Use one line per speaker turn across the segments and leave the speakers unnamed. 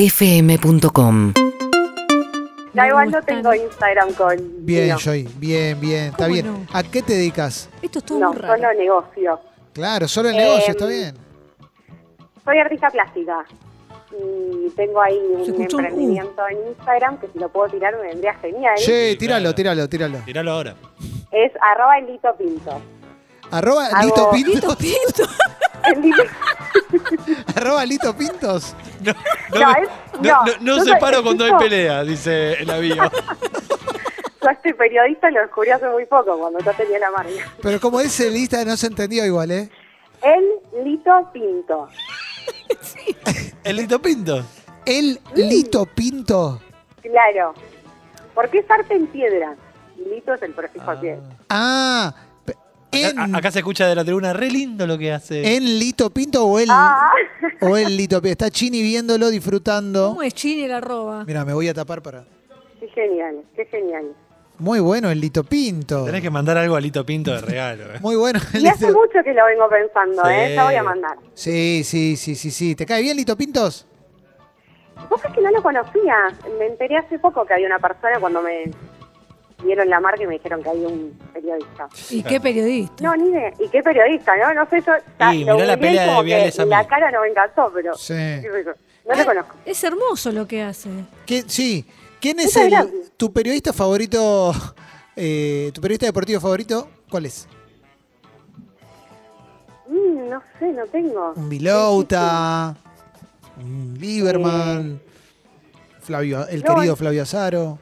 UrbanaPlayFM.com
Ya
Me
igual yo
gustan.
tengo Instagram con.
Bien,
mío.
Joy, bien, bien, está
¿Cómo
bien.
no?
¿A qué te dedicas?
Esto es todo
No,
muy raro.
solo negocio.
Claro, solo el
Eh,
negocio, está bien.
Soy artista plástica. Y tengo ahí un
Se escuchó un uh.
emprendimiento en Instagram que si lo puedo tirar me vendría genial.
Che,
Sí,
tíralo,
claro.
tíralo, tíralo.
Tiralo ahora.
Es arroba el Lito Pinto.
Arroba
Hago-
Lito Pintos.
Lito Pinto.
El Lito-
Arroba Lito Pintos.
No,
No,
me-
es- no,
no
yo soy-
separo cuando hay
yo-
pelea, dice el avión.
Yo a este periodista lo descubrí hace muy poco cuando yo tenía la marca.
Pero como es el Insta, no se entendió igual, ¿eh?
El Lito Pinto.
El Lito Pinto.
El
Uh.
Lito Pinto.
Claro. Porque es arte en piedra. Y Lito es el prefijo piedra.
Ah, pe- en,
Acá, acá se escucha de la tribuna re lindo lo que
Eh,
hace.
en Lito Pinto o el,
Ah,
o el Lito Pinto. Está Chini viéndolo, disfrutando.
¿Cómo es Chini la roba?
Mira, me voy a tapar para.
qué genial, qué genial.
Muy bueno el Lito Pinto.
Tenés que mandar algo a Lito Pinto de regalo. eh.
Muy bueno el
Y hace
Lito.
mucho que lo vengo pensando, ¿eh?
Sí.
Ya voy a mandar.
Sí, sí, sí, sí, sí. ¿Te cae bien Lito Pintos?
Vos es que no lo conocía. Me enteré hace poco que había una persona cuando me dieron la marca y me dijeron que había un periodista.
¿Y qué periodista?
No, ni idea. ¿Y qué periodista, no? No sé, yo ya
Y
lo
mirá la
googleé
pelea
y
de
como
Viales
que
a mí.
La cara no me encantó, pero...
Sí.
qué sé yo. No lo conozco.
Es hermoso lo que hace.
¿Qué- sí. ¿Quién es
Muchas
el-
gracias.
tu periodista favorito? eh, ¿Tu periodista deportivo favorito? ¿Cuál es?
Mm, no sé, no tengo.
¿Un Vilouta? ¿Un Lieberman? Flavio, el
Eh. No,
querido
es-
Flavio Azaro?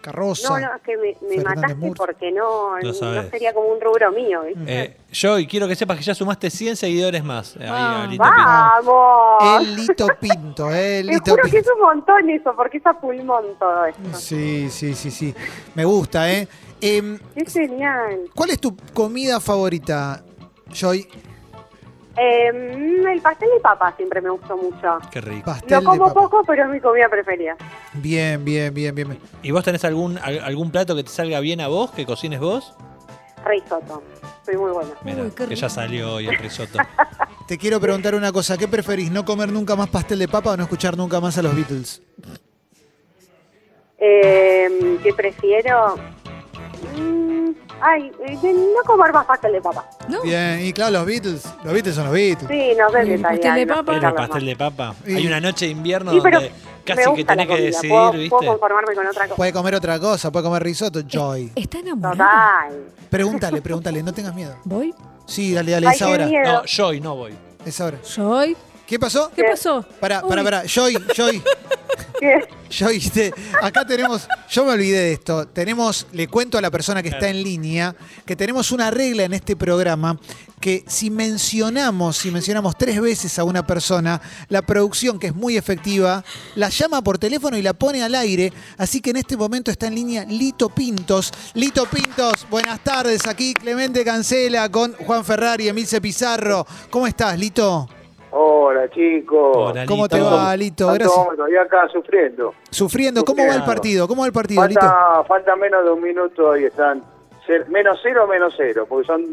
¿Carroza?
No, no, es que me, me
Fernández
mataste
Murphy.
porque no,
No
no,
sabes.
sería como un rubro mío. ¿viste?
Eh, Joy, quiero que sepas que ya sumaste 100 seguidores más. eh, ahí a
Ah.
Lito Pinto.
¡Vamos!
El Lito Pinto, eh, el
Te
Lito
juro que
Pinto.
es un montón eso, porque es a pulmón todo esto.
Sí, sí, sí, sí. Me gusta, ¿eh? Em,
¡Qué genial!
¿Cuál es tu comida favorita, Joy?
Eh, mm, el pastel de papa siempre me gustó mucho.
Qué rico.
Pastel
Lo como
de papa.
poco, pero es mi comida preferida.
Bien, bien, bien, bien. bien.
¿Y vos tenés algún, al- algún plato que te salga bien a vos, que cocines vos?
Risotto. Soy muy buena.
Mira,
Uy, qué
que
rico.
ya salió hoy el risotto.
Te quiero preguntar una cosa. ¿Qué preferís, no comer nunca más pastel de papa o no escuchar nunca más a los Beatles?
Eh, ¿Qué prefiero? Mm, ay, eh, de no comer más pastel de papa.
¿No?
Bien, y claro, los Beatles. Los Beatles son los Beatles.
Sí, no sé
¿Y
Mm,
si
el pastel de papa?
Pero
Carlos,
pastel de papa.
Y-
Hay una noche de invierno
Sí, pero
donde
me
casi que
gusta la
tenés que
comida,
decidir,
puedo,
¿viste?
puedo conformarme con otra cosa.
Puede comer otra cosa, puede comer risotto, Joy.
Está enamorada.
Total.
Pregúntale, pregúntale, no tengas miedo.
¿Voy?
Sí, dale, dale,
Ay,
es
qué
ahora.
miedo.
No, Joy, no voy.
Es ahora.
¿Soy?
¿Qué pasó?
¿Qué pasó?
Pará,
Uy,
pará, pará. Joy, Joy.
¿Qué?
Yo viste, acá tenemos, yo me olvidé de esto, tenemos, le cuento a la persona que está en línea, que tenemos una regla en este programa que si mencionamos, si mencionamos tres veces a una persona, la producción que es muy efectiva, la llama por teléfono y la pone al aire, así que en este momento está en línea Lito Pintos. Lito Pintos, buenas tardes, aquí Clemente Cancela con Juan Ferrari, Emilce Pizarro. ¿Cómo estás, Lito?
Hola chicos.
Hola,
¿Cómo te
Lito.
va, Lito?
Tanto
Gracias.
hombre todavía acá sufriendo.
Sufriendo, ¿cómo va el partido? ¿Cómo va el partido, Lito?
Falta, falta menos de un minuto y están cer- menos cero, menos cero, porque son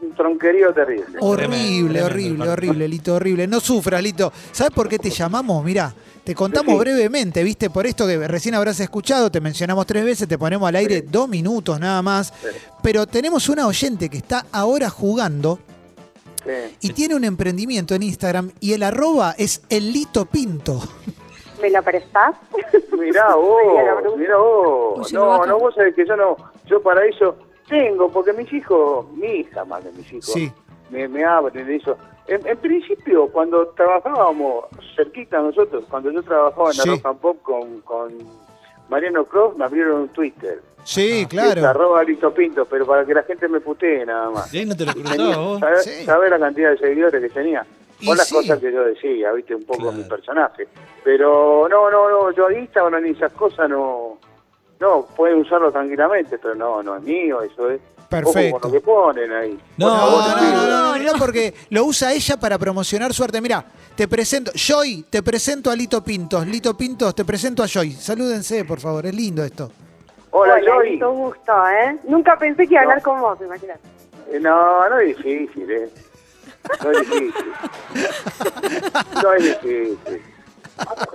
un tronquerío terrible.
Horrible,
Tremendo,
horrible,
tremendo.
horrible, Lito, horrible. No sufras, Lito. ¿Sabes por qué te llamamos? Mirá, te contamos
Sí.
brevemente, ¿viste? Por esto que recién habrás escuchado, te mencionamos tres veces, te ponemos al aire dos minutos nada más. Pero tenemos una oyente que está ahora jugando
Sí.
y tiene un emprendimiento en Instagram y el arroba es el Lito Pinto.
¿Me lo prestás?
Mirá vos, mirá vos.
Uy, se me va
No,
a
no,
caer.
vos sabés que yo no, yo para eso tengo, porque mis hijos, mi hija más que mis hijos,
Sí.
me, me abren eso. En, en principio, cuando trabajábamos cerquita nosotros, cuando yo trabajaba en la
Sí.
Rock and Pop con, con Mariano Cross, me abrieron un Twitter.
Sí,
Es
claro.
arroba Lito Pinto, pero para que la gente me putee nada más.
Y ahí no te lo cruzabas vos.
¿Sabes
Sí.
la cantidad de seguidores que tenía?
Y
Por las
sí.
cosas que yo decía, viste, un poco
Claro.
mi personaje. Pero no, no, no, yo Instagram ni esas cosas no... No, pueden usarlo tranquilamente, pero no, no es mío, eso es...
Perfecto.
Ojo con lo que ponen ahí.
No,
Ojo
No, no,
con lo
no,
que-
no, no, mirá, porque lo usa ella para promocionar suerte. Mira, te presento, Joy, te presento a Lito Pintos. Lito Pintos, te presento a Joy. Salúdense, por favor, es lindo esto.
Hola, Joy.
Mucho gusto, ¿eh? Nunca pensé que iba a hablar
No.
con vos, imagínate.
Eh, No, no es difícil, ¿eh? No es difícil. No es difícil.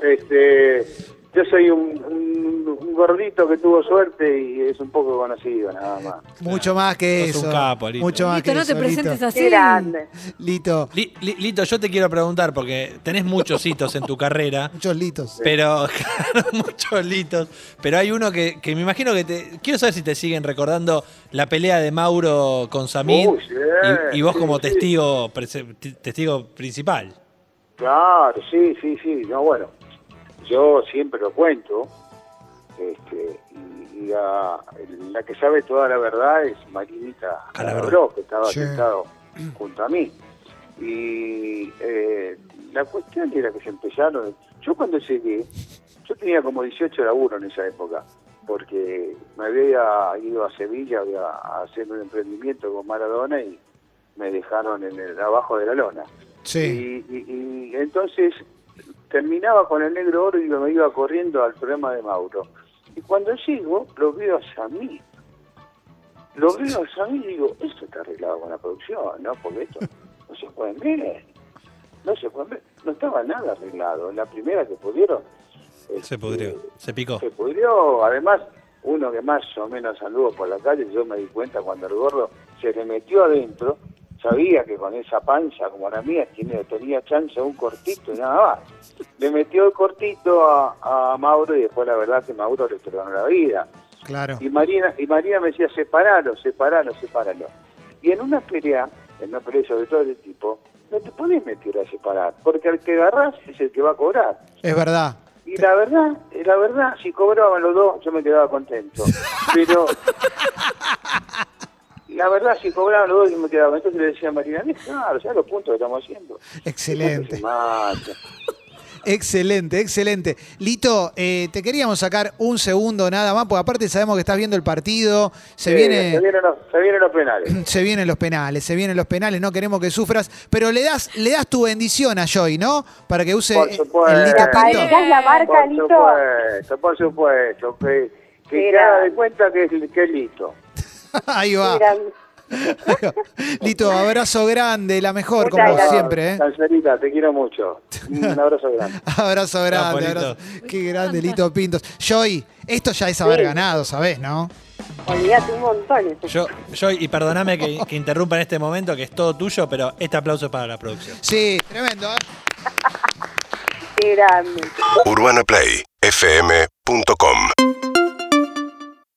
Este, yo soy un, un- un gordito que tuvo suerte y es un poco conocido, nada más.
Mucho más que
Sos
eso.
un capo, Lito.
Mucho más
Lito,
que
no te
eso,
presentes
Lito.
Qué
así.
grande.
Lito,
Li- Li- Lito, yo te quiero preguntar, porque tenés muchos hitos en tu carrera,
muchos litos.
pero claro, muchos litos, pero hay uno que, que me imagino que te... Quiero saber si te siguen recordando la pelea de Mauro con Samir
Uy, sí,
y, y vos
sí,
como
sí.
testigo, prese- t- testigo principal.
Claro, sí, sí, sí. No, bueno, yo siempre lo cuento. Este, y, y la, la que sabe toda la verdad es Marinita
Calabró.
Calabró, que estaba
Sí.
sentado junto a mí. Y eh, la cuestión era que se empezaron. Yo cuando llegué, yo tenía como 18 laburos en esa época, porque me había ido a Sevilla había- a hacer un emprendimiento con Maradona y me dejaron en el abajo de la lona.
Sí.
Y, y- y entonces terminaba con el negro oro y me iba corriendo al programa de Mauro. Y cuando llego, lo veo a Samir. Lo veo a Samir y digo, esto está arreglado con la producción, ¿no? Porque esto no se puede ver. No se puede ver. No estaba nada arreglado. En la primera que pudieron.
Se
este,
pudrió, se picó.
se pudrió. Además, uno que más o menos anduvo por la calle, yo me di cuenta cuando el gordo se le metió adentro, sabía que con esa panza como la mía tiene, tenía chance de un cortito y nada más. Le metió el cortito a, a Mauro y después la verdad que Mauro le perdonó la vida.
Claro.
Y Marina, y Marina me decía, separalo, separalo, separalo. Y en una pelea, en una pelea sobre todo de tipo, no te podés meter a separar, porque al que agarrás es el que va a cobrar.
Es verdad.
Y la verdad, eh, la verdad, si cobraban los dos, yo me quedaba contento. Pero la verdad, si cobraban los dos, yo me quedaba contento. Entonces le decía a Marina, "No, claro, ya los puntos que estamos haciendo.
Excelente.
Se mata.
Excelente, excelente. Lito, eh, te queríamos sacar un segundo nada más, porque aparte sabemos que estás viendo el partido, se,
Eh,
viene,
se, vienen los, se vienen los penales.
se vienen los penales, se vienen los penales, no queremos que sufras, pero le das, le das tu bendición a Joy, ¿no? Para que use
Por
el
supuesto.
el Lito Pinto.
Apalancás la marca,
Por
Lito.
supuesto, por supuesto. Que, que
Mira.
haga de cuenta que, es- que es listo.
Ahí va.
Mira,
Lito, abrazo grande, la mejor,
Muchas
como
gracias.
siempre, ¿eh?
Cancerita, te quiero mucho. Un abrazo grande.
Abrazo grande,
Capo,
abrazo.
Lito.
Qué grande, Lito Pintos. Joy, esto ya es haber
Sí.
ganado, ¿sabés, no?
olvidate un montón. ese.
Yo, yo y perdoname que, que interrumpa en este momento, que es todo tuyo, pero este aplauso es para la producción.
Sí, tremendo, ¿eh?
Qué grande.
UrbanaPlayFM.com